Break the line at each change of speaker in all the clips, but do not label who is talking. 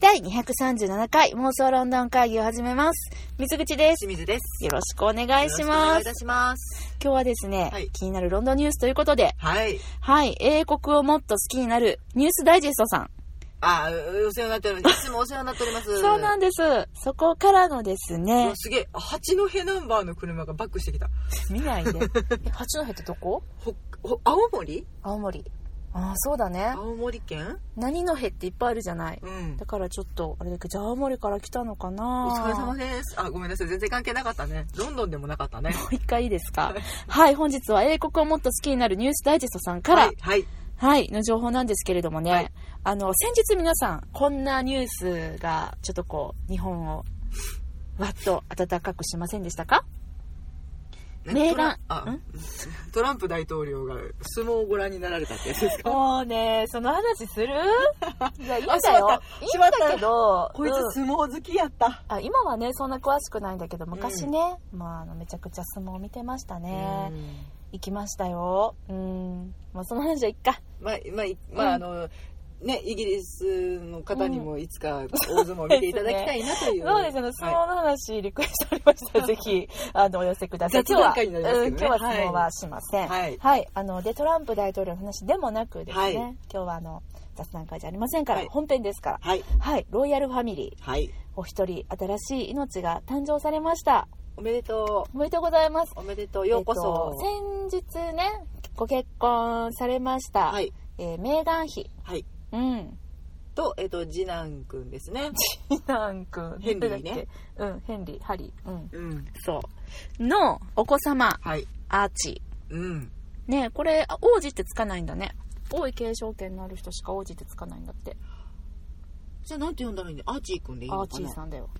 第237回妄想ロンドン会議を始めます。水口です。
清水です。
よろしくお願いし
よろくお願
ま
いい
す。
たします。
今日はですね、
はい
気になるロンドンニュースということで、
はい。
はい、英国をもっと好きになるニュースダイジェストさん。
あー、お世話になっております。いつもお世話になっております。
そうなんです。そこからのです
う
ね
わ、すげえ、八戸ナンバーの車がバックしてきた。
見ない で。え、八戸ってどこ
ほ、ほ、青森
青森。ああ、そうだね。
青森県
何のへっていっぱいあるじゃない。
うん
だ。からちょっと、あれだけど、じゃあ青森から来たのかな
お疲れ様です。あ、ごめんなさい。全然関係なかったね。ロンドンでもなかったね。
もう一回いいですかはい、本日は英国をもっと好きになるニュースダイジェストさんから、は
はいい、。はい
の情報なんですけれどもね、
はい
あの、先日皆さん、こんなニュースが、ちょっとこう、日本を、わっと暖かくしませんでしたか
ね
メー
トラン
ガン
あ
ん、
トランプ大統領が相撲をご覧になられたってやつですか
もうね、その話 するいや、いいん
あし
だ
まっ
よ。い
た
い
し
ん
まった
だけど、
こい
うん
つ相撲好きやった。
あ今はね、そんな詳しくないんだけど、昔ね、まあ、あの、めちゃくちゃ相撲見てましたね。
うん
行きましたよ。うん。まあ、その話はいっか。
まあ、まあ、いまあ、あの、ね、イギリスの方にもいつか大相撲を見ていただきたいなという。
そうですね、相
は
撲の話、リクエストありましたら、ぜひ、あの、お寄せください。
雑
今日
談
は、
会になります
う
け
ん
ど
今
ね
日は相撲はしません。
い。はい。
はい、あの、で、トランプ大統領の話でもなくですね、
はい
今日はあの、雑談会じゃありませんから、
はい
本編ですから、
はい。
はい、ロイヤルファミリー、
はい。
お一人、新しい命が誕生されました。
おめでと
おめでとうございます。
う。おめでとう。ようこそ。
えっと先日ね、ご結婚されました、
はい。
えーメーガン妃。
はい。
うん。
と、えっと、次男くんですね。
ヒナン君。
ヘンリーね
誰だっけ。うん、ヘンリー、ハリー。うん。
うん。
そう。のお子様、
はい。
アーチ。
うん。
ねえこれ、あ王子ってつかないんだね。王位継承権のある人しか王子ってつかないんだって。
じゃあ、なんて呼んだらいいのアーチーくんでいい
ア
の
ー
か
チ
な
ーさんだよ。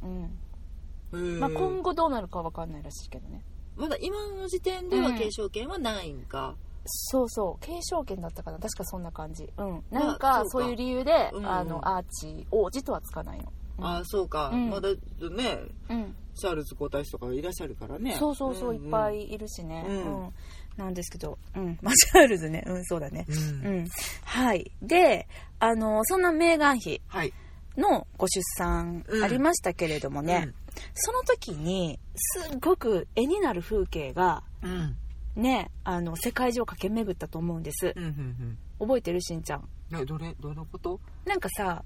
うん。
ん
まあ、今後どうなるかわかんないらしいけどね。
まだ今の時点で
う
は
ん
継承権はないんか。
そうそう。継承権だったかな確かそんな感じ。うん。
まあ
なんか、
そう
そ
か
ういう理由で、
うん
あの、アーチー、王子とはつかないの。うん
ああ、そうか。
うん
まだね、
うん。
チャールズ皇太子とかがいらっしゃるからね。
そうそうそう、い
ん
っぱ。いいるしね。う
うんん。
なんですけど。うん。 マチャールズね。うん、そうだね。
うん。
うん。はい。で、あの、そんなメーガン妃。
はい。
のご出産
うん
ありましたけれどもね、その時にすっごく絵になる風景が
うん。うん。
ねあの世界中を駆け巡ったと思うんです
うん。うん。うん。
覚えてるしんちゃん
ね、どれどのこと
なんかさ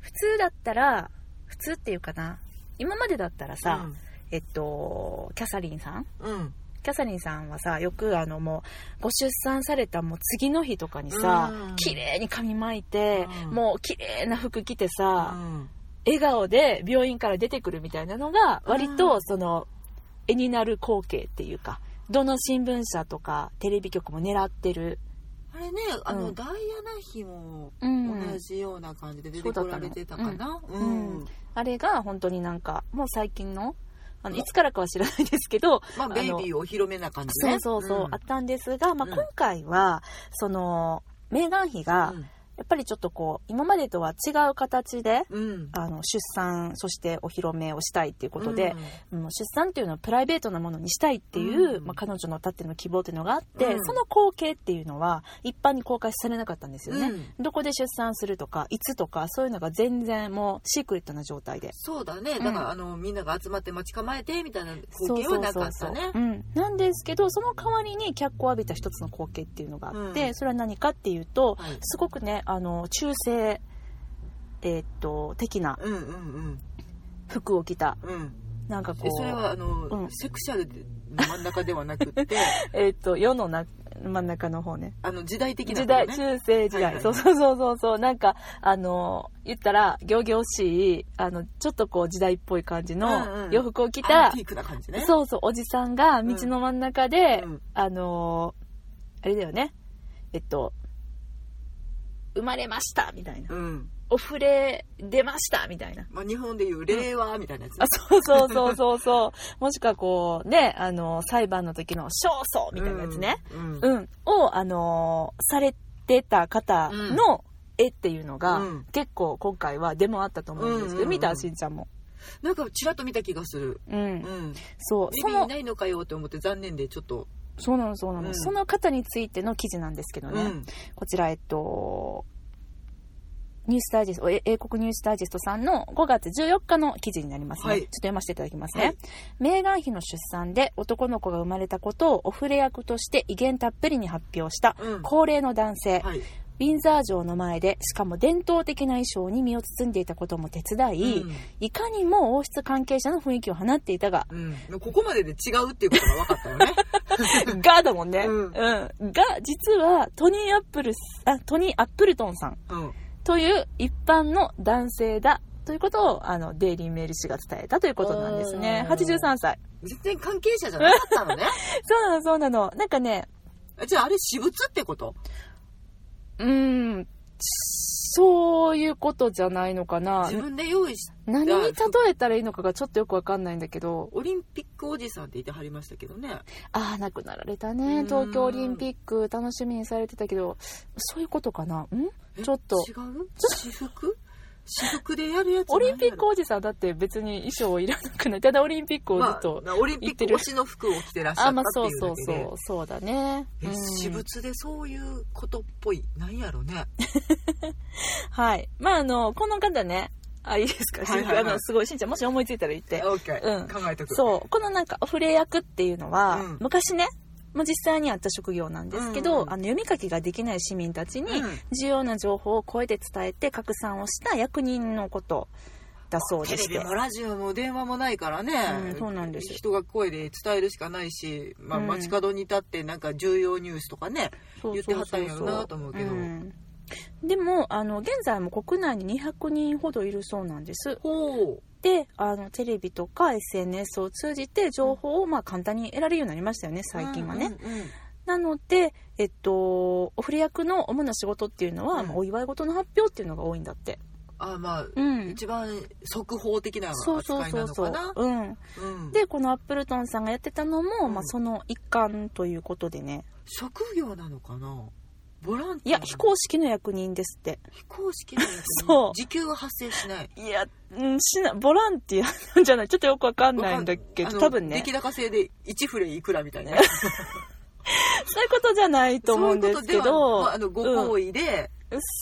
普通だったら普通っていうかな今までだったらさ、えっとキャサリンさん
うん、うん、
キャサリンさんはさよくあのもうご出産されたもう次の日とかにさ
うん
綺麗に髪巻いて、
うん
もう綺麗な服着て
う
さ、
ん、
笑顔で病院から出てくるみたいなのが割
う
と
ん
その絵になる光景っていうかどの新聞社とかテレビ局も狙ってる、
あれねあの、
うん
ダイアナ妃も
う
同
ん
じような感じで出
そ
て
うだっ
こ
た
ら
の
れてたかなうん
うんあれが本当になんかもう最近のあのいつからかは知らないですけど
まあベイビーお披露目な感じ
そ
ね
うそうそう、
ん
あったんですが、まあ、
うん
今回はそのメーガン妃がやっぱりちょっとこう今までとは違う形で
うんうん
あの出産そしてお披露目をしたいっていうことで、うん出産っていうのはプライベートなものにしたいっていう、
うん
まあ、彼女のたっての希望っていうのがあって、
うん
その光景っていうのは一般に公開されなかったんです
う
よ
ん
ね、
うん
どこで出産するとかいつとかそういうのが全然もうシークレットな状態で
そうだね
うん
だから、あのみんなが集まって待ち構えてみたいな光景はなかったね
う、うん、なんですけどその代わりに脚光を浴びた一つの光景っていうのがあって、
うん
それは何かっていうと
はい
すごくねあの中性、えーっと的な
うんうん
服を着た
うんうん
なんかこ
え
う
それはあの、
うん
セクシャルの真ん中ではなくって
えーっと世のな真ん中の方ね
あの時代的な
時
こと
代
ね
中世時
は
代
いはい
そうそうそうそうそうなんかあの言ったら仰々しいあのちょっとこう時代っぽい感じ
うんう
の
ん
洋服を着
ア
た
ンティークな感じね
そうそうおじさんが道の真ん中で
うん
あのあれだよねえっと生まれましたみたいな
うん
お触れ出ましたみたい な
まあ、日本でいう令和みたいなやつね
あそうそうそうそうそうもしくはこうねあの裁判の時の勝訴みたいなやつね、
うん、うん
うん、を、あのーされてた方の絵っていうのが、
うん
結構今回はデモあったと思うんですけど、
うんうんうん
見たしんちゃんも。
なんかちらっと見た気がする。
う。
うんん。
そう。
ベビ
そ
ーい
の、
ないのかよって思って残念でちょっと。
そうなのそうなの、
うん
その方についての記事なんですけどね、
うん。
こちら、えっと、ニュースダイジェスト、え英国ニュースダイジェストさんの5月14日の記事になりますね。
は
ち
い
ょっと読ませていただきますね。
はい
メーガン妃の出産で男の子が生まれたことをお触れ役として威厳たっぷりに発表した
うん
高齢の男性、
はい
ウィンザー城の前で、しかも伝統的な衣装に身を包んでいたことも手伝い、
うん
いかにも王室関係者の雰囲気を放っていたが、
うん、ここまでで違うっていうことが分かったのね
がだもんね。
う
うんん。が、実はトニー・アップルス、あ、トニー・アップルトンさん
うん
という一般の男性だということを、あの、デイリー・メール氏が伝えたということなんですね。
おー
83歳。
全然関係者じゃなかったのね
そうなの、そうなの。なんかね、
じゃああれ私物ってこと
うーん、そういうことじゃないのかな
自。分で用意し
何に例えたらいいのかがちょっとよくわかんないんだけど、
オリンピックおじさんって言ってはりましたけどね
ああ、亡くなられた
う
ね
ん。
東京オリンピック楽しみにされてたけど、そういうことかな。ん
え
ちょっと
違う私服私服でやるやつ
オリンピック
を
おじさんだって別に衣装いらなくないただオリンピックをずっと、
まあ、オリンピック推しの服を着てらっし
あ、
ゃった
まあ
って
そう
い
そ
う
う
だ
そ
けで、
うそうだね、
え
うん
私物でそういうことっぽいなんやろね
はいまああのこの方ねあいいですか、
はいはいはい
あのすごいしんちゃんもし思いついたら言って
オッケー
うん
考えとく
そうこのなんかお触れ役っていうのは、
うん
昔ねもう実際にあった職業なんですけ
うん
ど、
うん
あの読み書きができない市民たちに
うん
重要な情報を声で伝えて拡散をした役人のことだそう
テ
で
レ
して
ビもラジオも電話もないからね、
うんそうなんです
人が声で伝えるしかないし、まあ、
うん
街角に立ってなんか重要ニュースとかね、
そう
言っ
そ
て
う
はったんや
そう
ろなと思うけど
んでもあの現在も国内に200人ほどいるそうなんです
ほう
であのテレビとか SNS を通じて情報をまあ簡単に得られるようになりましたよね最近はね、
うんうんうん
なのでえっとお触れ役の主な仕事っていうのは、
うん
まあお祝い事の発表っていうのが多いんだって
あまあ、
うん
一番速報的な
そうそう
扱い
そ
な
う
の
そう
かな、
うん、
うん、
でこのアップルトンさんがやってたのも、
うん
まあ、その一環ということでね
職業なのかなボランテ
い
ィア
や
なの
非公式の役人ですって
非公式なの
そう
時給は発生しない
いや、うん、しな、ボランティアなんじゃないちょっとよくわかんないんだけ
あ
ど、
の
多分ね、
出来高制で1フレいくらみたいな
そういうことじゃないと思うんですけど、
そういうことではまああのご厚意で、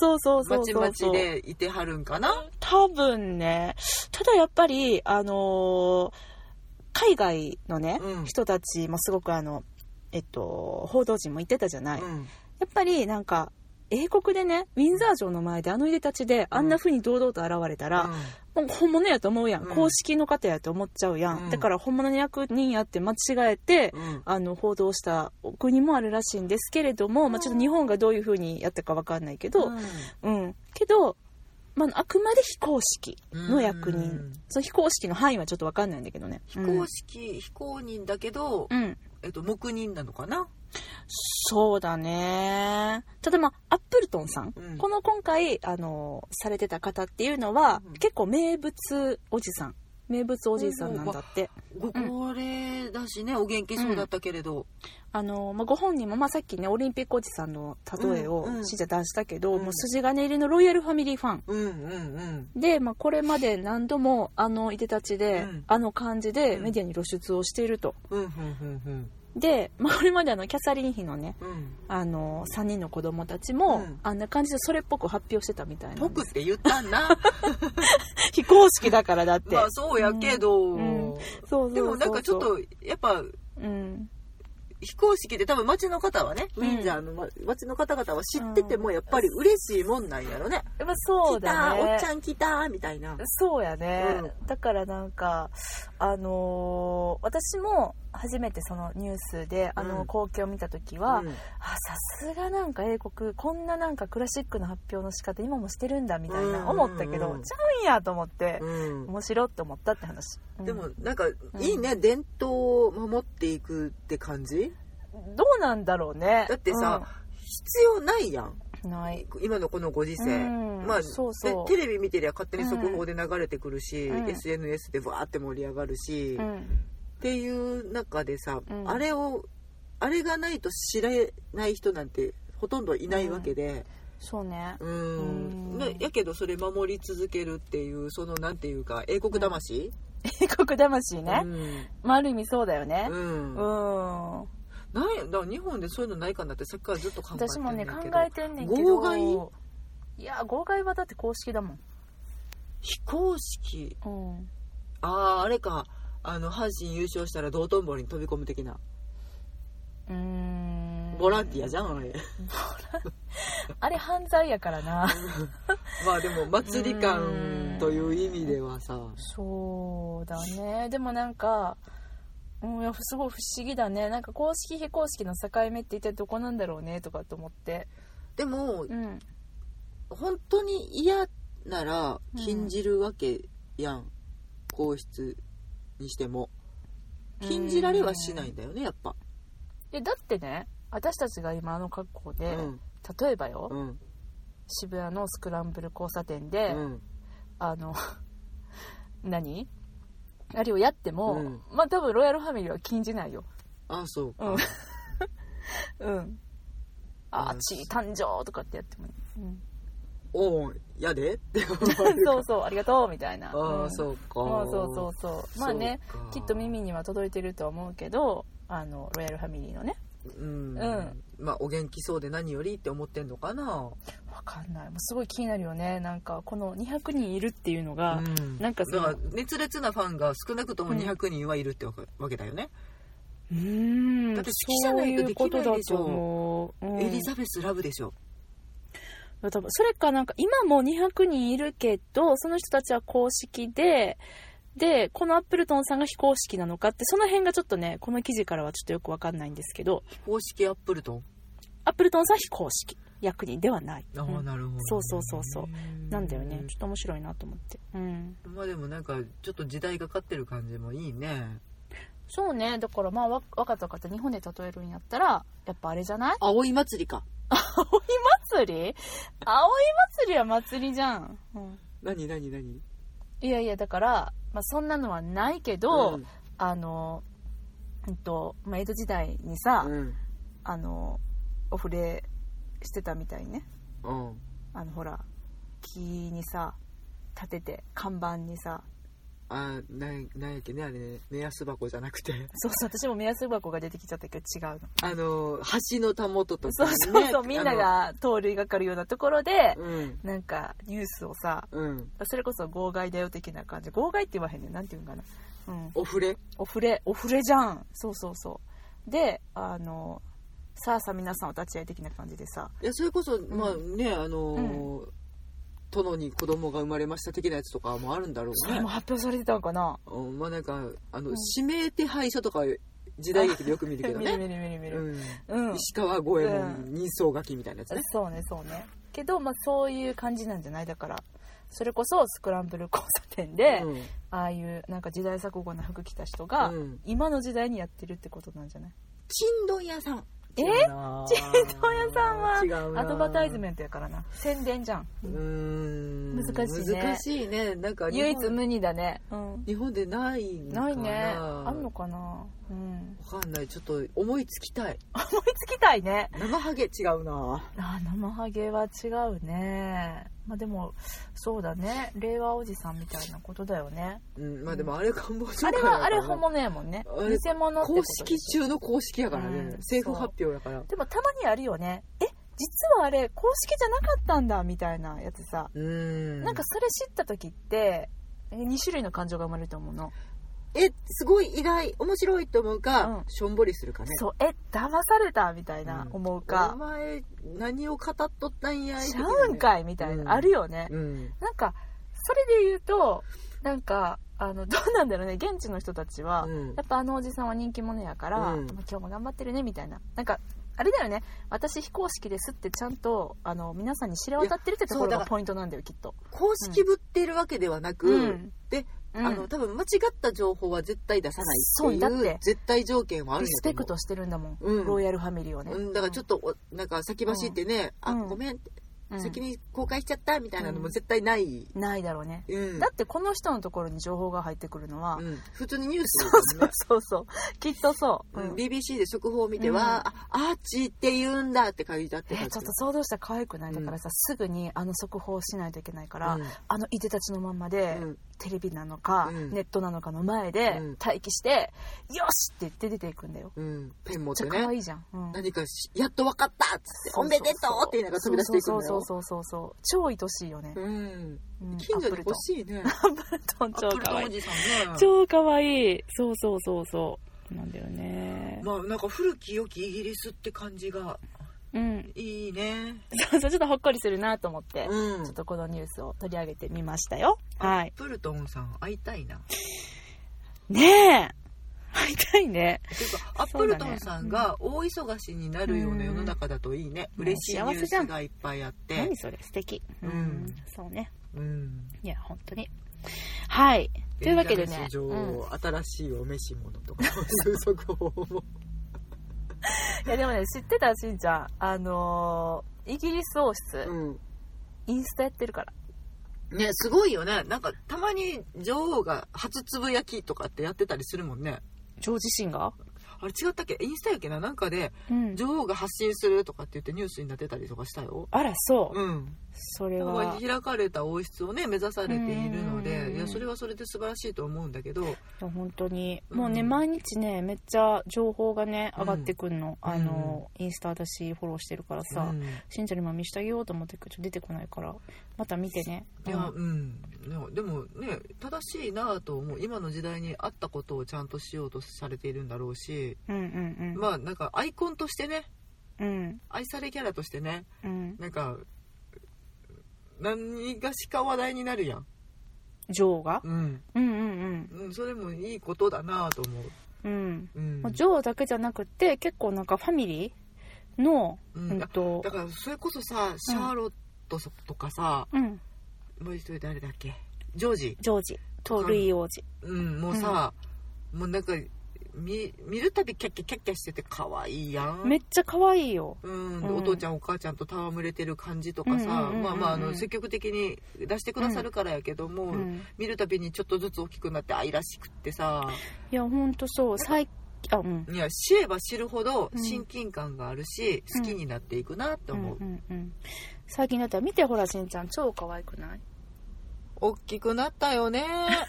そうそうそうそ
ま
う
ち
そう。
まちでいてはるんかな
多分ね、ただやっぱり、あのー海外のね、
うん
人たちもすごくあの、えっと、報道陣も言ってたじゃない。や
うん
っぱりなんか、英国でね、ウィンザー城の前であの入れたちであんな風に堂々と現れたら、もう本物やと思うやん、
うん
公式の方やと思っちゃうやん、
うん
だから本物の役人やって間違えて、
うんうん
あの報道したお国もあるらしいんですけれども、まあ、ちょっと日本がどういうふうにやったかわかんないけど、
う
うん
ん
けど、まあ、あくまで非公式の役人、
うん
その非公式の範囲はちょっとわかんないんだけどね
非公式、非公認だけど、
うん、うん
えっと、黙認なのかな、
そうだねただまあアップルトンさん、
うん
この今回あのされてた方っていうのは、
うん
結構名物おじさん名物おじいさんなんだって、
ご高齢だしねお元気そうだったけれど、
あのまあ、ご本人も、まあ、さっきねオリンピックおじさんの例えを
うんうん
信者出したけど、
うん
もう筋金入りのロイヤルファミリーファン
うん、うんうん
で、まあ、これまで何度もあのいでたちで、
うん
あの感じで
うん
メディアに露出をしていると、
うんうんうんうん
で、まあ、これまであのキャサリン妃のね
うん
あの3人の子供たちも、
うん
あんな感じでそれっぽく発表してたみたいなんで
僕っ
す
て言った んな
非公式だからだって、
まあそうやけど、
うんうんそうそうそう
でもなんかちょっ、とやっぱ
うん、
非公式で多分町の方はね、
うん
ウィンザーのま町の方々は知っててもやっぱり嬉しいもんなんやろね、
やっぱそう
来た
だね
おっちゃん来たみたいな
そうやね、
う
だからなんかあのー私も初めてそのニュースであ
う
の
ん
光景を見た時は、
うん
あさすがなんか英国こんななんかクラシックの発表の仕方今もしてるんだみたい
うん
な思ったけど、
うん
ちゃうんやと思って、
うん
面白って思ったって話、うん
でもなんかいいね、伝統を守っていくって感じ
どうなんだろうね
だってさ、、必要ないやん
うんない
今のこのご時世、
うん
まあ
そうそう
でテレビ見てりゃ勝手に速報で流れてくるし、
うん
SNS でわーって盛り上がるし、
う
っ
ん
ていう中でさ、
うん
あれをあれがないと知らない人なんてほとんどいないわけで、
そうね
うん
うん
ねやけどそれ守り続けるっていうそのなんていうか英国魂、
英国魂ね、
うん
まあ、ある意味そうだよね
うん
うん、
ないだから日本でそういうのないかなってさっきからずっと考えて
私もね
んだ
考
けど
えてんねんけど
号外
いや号外はだって公式だも
非公式
ん、うん、
あああれかあの阪神優勝したら道頓堀に飛び込む的な
うーん
ボランティアじゃんあれ
あれ犯罪やからな
まあでも祭り感という意味ではさ
そうだねでもなんかうん、いやすごい不思議だねなんか公式非公式の境目って一体どこなんだろうねとかと思って
でも
うん
本当に嫌なら禁じるわけやん、皇室にしても禁じられはしないんだよねやっぱ
えだってね私たちが今あの格好
う
で、
ん
例えばよ、
うん
渋谷のスクランブル交差点で、
うん
あの 何あれをやっても、
うん
まあ多分ロイヤルファミリーは禁じないよ
ああそう
うんうんあ
う
ー
ん
ちー誕生とかってやっても、うん、
おうやでって思われ る
そうそうありがとうみたいな
ああ
ん
そうか
まあそうそうそうまあね
そうか
きっと耳には届いてるとは思うけどあのロイヤルファミリーのね
うん、
うん
まあお元気そうで何よりって思ってんのかな
わかんないもうすごい気になるよねなんかこの200人いるっていうのが、
うん
なんかそ
だ
の
から熱烈なファンが少なくとも
うん
200人はいるってわけわけだよね、
うーん
だって好きじゃないとできないでしょ
ょういうことだと思う、うん
エリザベスラブでしょ
多分それかなんか今も200人いるけどその人たちは公式ででこのアップルトンさんが非公式なのかってその辺がちょっとねこの記事からはちょっとよくわかんないんですけど
公式アップルトン
アップルトンさんは非公式役人ではない、
あ
う
あ
ん
なるほど、
そうそうそうそう
う
なんだよねちょっと面白いなと思ってうん
まあでもなんかちょっと時代がかってる感じもいいね
そうねだからまあわ若とかって日本で例えるんやったらやっぱあれじゃない
葵祭りか
葵祭り葵祭りは祭りじゃん、うん、
何何何
いやいやだから、まあ、そんなのはないけど、あの、うんとまあ、江戸時代にさ、
うんうん
あのお触れしてたみたいにね
うん
あのほら木にさ立てて看板にさ
あなんなんやっけねあれね目安箱じゃなくて
そうそう私も目安箱が出てきちゃったけど違うの
あの橋のたもととか、
そう
ね、
そうそう、みんな
あ
が通りがかるようなところで
のうん
なんかニュースをさ
うん
それこそ号外だよ的な感じ号外って言わへんねんなんて言うんかなうん
お触れ
お触れお触れじゃんそうそうそうであのさあさあ皆さんお立ち会い的な感じでさ
いやそれこそ、まあねあのー殿に子供が生まれました的なやつとかもあるんだろう
それ
ね
も、発表されてたんかな
うん、まあなんかあの、
うん
指名手配書とか時代劇でよく見る
見
け
る
ど
見る
ね、
見る見る見る
うん、
うん、
石川五右衛門
う
人相書きみたいなやつね、
そうねそうねけどまあそういう感じなんじゃないだからそれこそスクランブル交差点で、
うん
ああいうなんか時代錯誤な服着た人が、
うん
今の時代にやってるってことなんじゃない
ちんどん屋さん
え
ちんどん
屋さんは
違うな
アドバタイズメントやからな宣伝じゃん、
うーん
難しいね
難しいねなんか日
唯一
本
無二だね、うん、
日本でないんかな
ないねあんのかなうん
わかんないちょっと思いつきたい
思いつきたいね
生ハゲ違うな
あー生ハゲは違うねまあでもそうだね令和おじさんみたいなことだよね
うんまあでもあれ官房長
あ
官
れ
やから
はあれ本物やもんね
あれ
偽物ってことでし
公
ょ
式中の公式やからね、
うん
政府発表やから
でもたまにあるよねえ実はあれ公式じゃなかったんだみたいなやつさ、
うーん
なんかそれ知った時って2種類の感情が生まれると思うの、
えすごい意外面白いと思うか、
うん
しょんぼりするかね
そうえ騙されたみたいな
うん
思う
お
か、
前何を語っとったんやい
ちゃうんかいみたいな、
うん
あるよね、
うん
なんかそれで言うとなんかあのどうなんだろうね現地の人たちは、
うん
やっぱあのおじさんは人気者やから、
うん
まあ今日も頑張ってるねみたいななんかあれだよね私非公式ですってちゃんとあの皆さんに知れ渡ってるってところ
いやそうだ
が
から
ポイントなんだよきっと。
公式ぶってるわけではなく、
うん
で、
うん
あの多分間違った情報は絶対出さないって
そうだっ
い
て
う絶対条件はあるん
リ
だ
ス
と
ペ
思
ク
う
トしてるんだもん、
うん
ロイヤルファミリーをね、
うん、だからちょっとおなんか先走ってね、あ
うん
ごめん、
うん
先に公開しちゃったみたいなの
う
も
ん
絶対ない、
ないだろうね、
うん
だってこの人のところに情報が入ってくるのは、
うん普通にニュース
そう
だ
そ
よ
うそうそうきっとそう、
ね
うん
うん BBC で速報を見て
うん
は、あアーチって言うんだって書いてあっ
え
て
ーちょっと想像したら可愛くないだからさ、すぐにあの速報をしないといけないから、
うん
あのいでたちのまんまで、
うん
テレビなのか、
うん
ネットなのかの前で
うん
待機して「よし!」って言って出ていくんだよ。
うん、ペン持
めっ
っ
ち
て
ゃ
ね
可愛いじゃん。うん
何かしやっと分かったっつって「おめでとう!」って言いながら飛び出していくんだ
そう
よ
そうそうそうそう超愛しいよね、
うん
うん
近所に欲
い
しい ね
アップルトン
ア
超
ップル
可
トン
愛
お
い
じさんね
超可愛いそうそうそうそうなんだよね、
まあなんか古き良きイギリスって感じが
うん
いいね
そうそうちょっとほっこりするなと思って、ち
う
ょっとこのニュースを取り上げてみましたよは
ア
い
ップルトンさん会いたいな
ねえ会いたいね
ていうかアップルトンさんが大忙しになるような世の中だといいね、
うん
嬉しいニュ
幸
ー
せじゃ
ス
ん
がいっぱいあって
何それ素敵
うん
そうね
うん
いや本当にはいというわけで
エ
ね
リザベス女
うん
王新しいお召し物とか 数足法も
いやでもね知ってたしんちゃんあのーイギリス王室、
うん
インスタやってるから
ねすごいよねなんかたまに女王が初つぶやきとかってやってたりするもんね
ジョー自身が
あれ違ったっけインスタやっけななんかで
うん
女王が発信するとかって言ってニュースになってたりとかしたよ
あらそう、
うん
それ
なん
は
か開かれた王室をね目指されているの
うんうんうんう
で
ん
いやそれはそれで素晴らしいと思うんだけど
本当に
うん
もうね、毎日ねめっちゃ情報がね
うん
上がってくんの、あのインスタ私フォローしてるからさ、
うん
しんちゃんにも見してあげようと思ってるけど出てこないからまた見てね
いやうん、ねでもね正しいなぁと思う今の時代に合ったことをちゃんとしようとされているんだろうし、
うんうんうん
まあなんかアイコンとしてね
うん
愛されキャラとしてね
うん
なんか何がしか話題になるやん、
女王が
うん
うんうん
うん、それもいいことだなぁと思う、
うんうん
うん
まあ、女王だけじゃなくて結構なんかファミリーの
う、
うんん
だ
と
だからそれこそさシャーロットとかさ、
うん
もう一人誰だっけジョージ、
ジョージとルイ王子
うん、もうさ、もうなんか見見るたびキャッキャキャッキャしてて可愛いやん
めっちゃ可愛いよ
うん、
うん
お父ちゃんお母ちゃんと戯れてる感じとか
うんうんうん
さ
うんうん
まあまああの積極的に出してくださるからやけども、
うん
見るたびにちょっとずつ大きくなって愛らしくってさ
いやほんとそう最あうん
いや知れば知るほど
うん
親近感があるし、
うん
好きになっていくなって思う、
んうんうん、最近だったら見てほらしんちゃん超可愛くない
大きくなったよね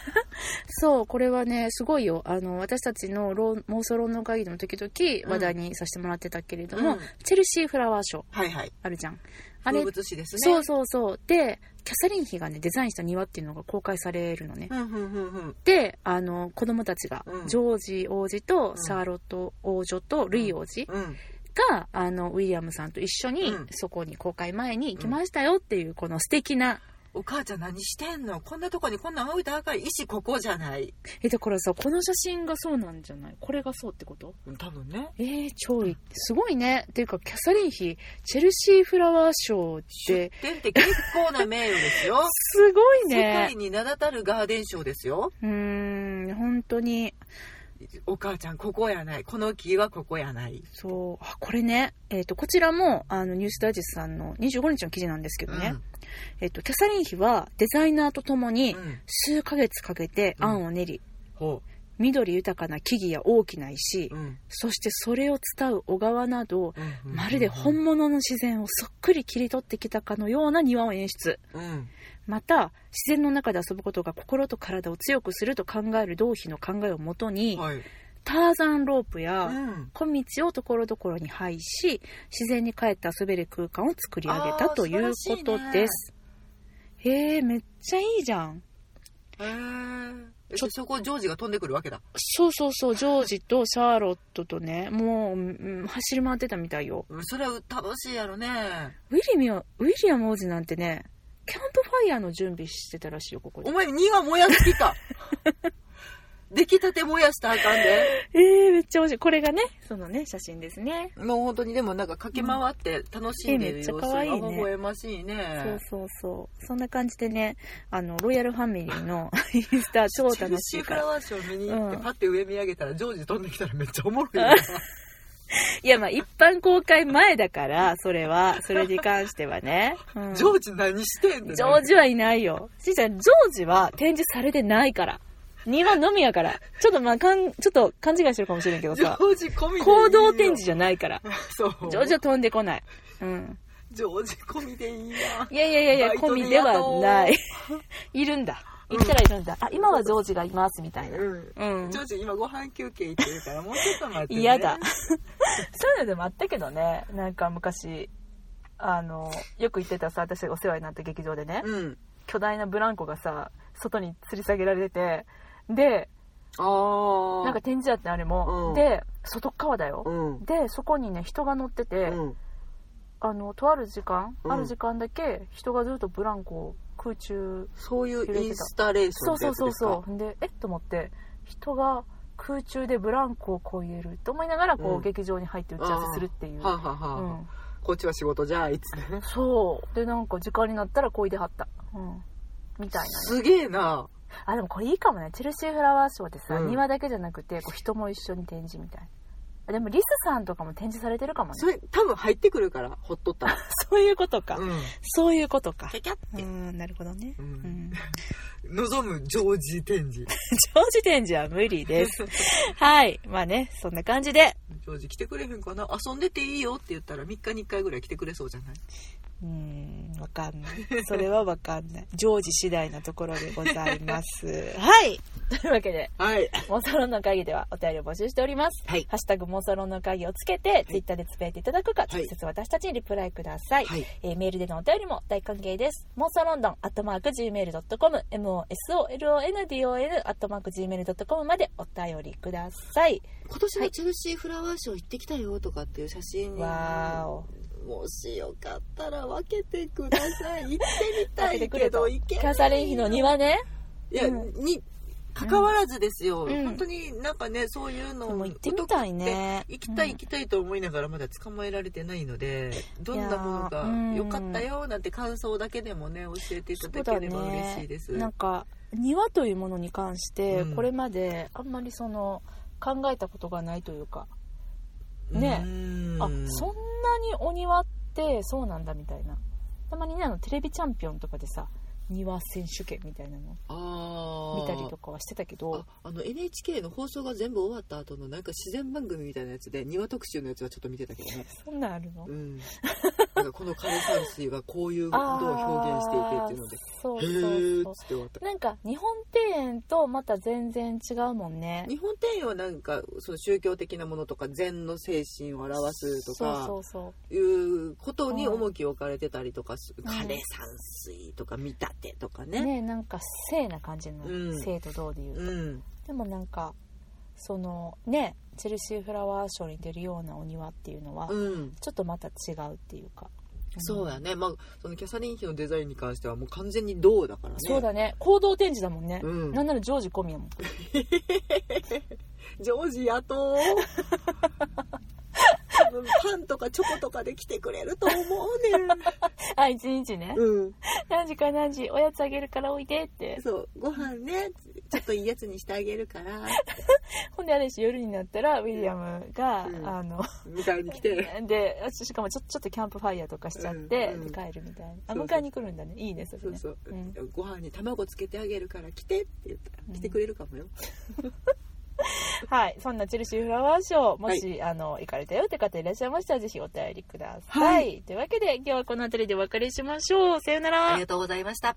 そうこれはねすごいよあの私たちのロー妄想論の会議でも時々話題にさせてもらってたけれども、
うん
チェルシーフラワーショー
はいはい
あるじゃんあれ、
風物詩ですね
そうそうそうでキャサリン妃がねデザインした庭っていうのが公開されるのね、
うんうんうんうん
であの子供たちが、
うん
ジョージ王子と
ん
シャーロット王女とルイ王子
うん
が、あのウィリアムさんと一緒に、
うん
そこに公開前に行きましたよっていうこの素敵な
お母ちゃん何してんのこんなとこにこんなん置いてあかん石ここじゃない
えだからさこの写真がそうなんじゃないこれがそうってこと
うん多分ね
えー、超いいすごいねっていうかキャサリン妃チェルシーフラワー賞っ
出
て
店って結構な名誉ですよ
すごい
世
ね
界に名だたるガーデン賞ですよ
うーん本当に
お母ちゃんここやないこの木はここやない、
そうあこれね、えー、とこちらもあのニュースダイジェストさんの25日の記事なんですけどね、えー、とキャサリン妃はデザイナーと共
う
に
ん、うん
数ヶ月かけて案を練り、
ほ
緑豊かな木々や大きな石
う、うん
そしてそれを伝う小川など
うん
まるで本物の自然をそっくり切り取ってきたかのような庭を演出
うん
また自然の中で遊ぶことが心と体を強くすると考える同皮の考えをもとに
はい
ターザンロープ
う
や
ん
小道をところどころに配し自然に帰って遊べる空間を作り上げた
あー
ということです。へえめっちゃいいじゃん
へーえ
ちょ
そこジョージが飛んでくるわけだ
そうそうそうジョージとシャーロットとねもう、うん走り回ってたみたいよ
うんそれは楽しいやろね
ウィリミアウィリアム王子なんてねキャンプファイヤーの準備してたらしいよここで
お前庭燃やす気か出来たて燃やしたらあかんで
えー、めっちゃ美味しい。これがね、そのね、写真ですね。
もう本当にでもなんか駆け回って楽しんでる
うんえめっちゃ
様
可
子が
愛いね
微笑ましい
そう
ね
そうそう。そんな感じでね、あの、ロイヤルファミリー のインスタ超
チェ
楽
ル
し
シ
い
ーフ
か
ラ
ら。
ワーショー見に行って
うん
パッて上見上げたらジョージ飛んできたらめっちゃおもろいよない
や、まあ、一般公開前だから、それは、それに関してはね。うん、
ジョージ何してんの
ジョージはいないよ。しーちゃん、ジョージは展示されてないから。庭のみやから。ちょっとまあ、かん、ちょっと勘違いしてるかもしれんけど
ジョ
さ。
ージ込みでいいよ
行動展示じゃないから。
そう
ジョージは飛んでこない。うん。
ジョージ込みでいいない
やいやいやいや、
バイト
込
に
みではない。いるんだ。行ったらいるんだ、あ今はジョージがいますみたいな
うん
うん
ジョージ今ご飯休憩行ってるからもうちょっと待って、ね、
嫌だ そういうのでもあったけどねなんか昔あのよく行ってたさ私がお世話になった劇場でね、
うん
巨大なブランコがさ外に吊り下げられててで
ああ
なんか展示やってあれも、
うん
で外っ側だよ、
うん
でそこにね人が乗ってて、
うん
あのとある時間、
うん
ある時間だけ人がずっとブランコを空中
そういうインスタレーシ
そ
ョン
う
って
そ
や
う
つ
そう
ですか
そうでえっと思って人が空中でブランコをこう言えると思いながらこう、
うん
劇場に入って打ち合わせするっていう、
はあ、はあはあ
うん、
こっちは仕事じゃあいつってね
そうでなんか時間になったらこいではった、うん、みたいな
すげえな
あでもこれいいかもねチェルシーフラワーショーでさ、
うん
庭だけじゃなくてこう人も一緒に展示みたいなあでもリスさんとかも展示されてるかもね
それ多分入ってくるからほっとったら
そういうことか
うん
そういうことか
キャキャって、
んなるほどね
う
うんん
望むジョージ展示
長時点じゃ無理です。はい。まあね、そんな感じで。
ジョージ来てくれへんかな遊んでていいよって言ったら3日に1回ぐらい来てくれそうじゃないう
ーん、わかんない。それはわかん ない。常時次第なところでございます。はい。 というわけで、
はい
妄想論の会議ではお便りを募集しております。
はい
ハッシュタグ妄想論の会議をつけて、ツイッターでつぶやいていただくか、
い
直接私たちにリプライください。
はい
えーメールでのお便りも大歓迎です。妄想ロンドン、アットマーク、gmail.com、mosolondon、アットマーク、gmail.com までお便りください。
今年のチェルシーフラワーショー行ってきたよとかっていう写真
わーお。
もしよかったら分けてください行ってみ
開
た
けて
い
く
け
れと
ど行けない
キャサリン妃の庭ね
いや、
うん
に関わらずですよ、
うん
本当になんかねそういうの
でも行ってみたいね
行きたい
うん
行きたいと思いながらまだ捕まえられてないので、どんなもの
いやーうん
が良かったよなんて感想だけでもね教えていただければ嬉しいです、
なんか庭というものに関して
うん
これまであんまりその考えたことがないというか、ね
うん
あそんなにお庭ってそうなんだみたいなたまにねあのテレビチャンピオンとかでさ庭選手権みたいなの
あー
見たりとかはしてたけど
ああの NHK の放送が全部終わった後のなんか自然番組みたいなやつで庭特集のやつはちょっと見てたけどね
そんなんあるの
うん、なんかこの枯山水はこういうことを表現していてっていうので
あーそう
へー
そ
っ
う
つって終わった
そうなんか日本庭園とまた全然違うもんね
日本庭園はなんかその宗教的なものとか禅の精神を表すと
そ
か
うそうそう
いうことに重きを置かれてたりとかする
うん
枯山水とか見立てとかね
ねなんか聖な感じの、
うん
聖と同で言うと、
うん
でもなんかそのねチェルシーフラワーショーに出るようなお庭っていうのは、
うん
ちょっとまた違うっていうか、ん
そうやねまあそのキャサリン妃のデザインに関してはもう完全に銅だからね
そうだね行動展示だもんね、
うん
なんならジョージ込みやもん
ジョージやと 多分パンとかチョコとかで来てくれると思う
あ一日ね、
ねんうん
何時から何時おやつあげるからおいでって
そうご飯ねちょっといいやつにしてあげるから
ほんであれし夜になったらウィリアムが、
うん
あの
迎えに来て
でしかもちょちょっとキャンプファイヤーとかしちゃって、
うんう
で
ん
帰るみたいなあ
そうそう
迎えに来るんだねいいねそれね
そうそう、
うん
ご飯に卵つけてあげるから来てって言った
うん
ら来てくれるかもよ、
はい、そんなチェルシーフラワーショー、もし、あの、行かれたよって方いらっしゃいましたら、ぜひお便りください。
は
というわけで、今日はこの辺りでお別れしましょう。さようなら。
がとうございました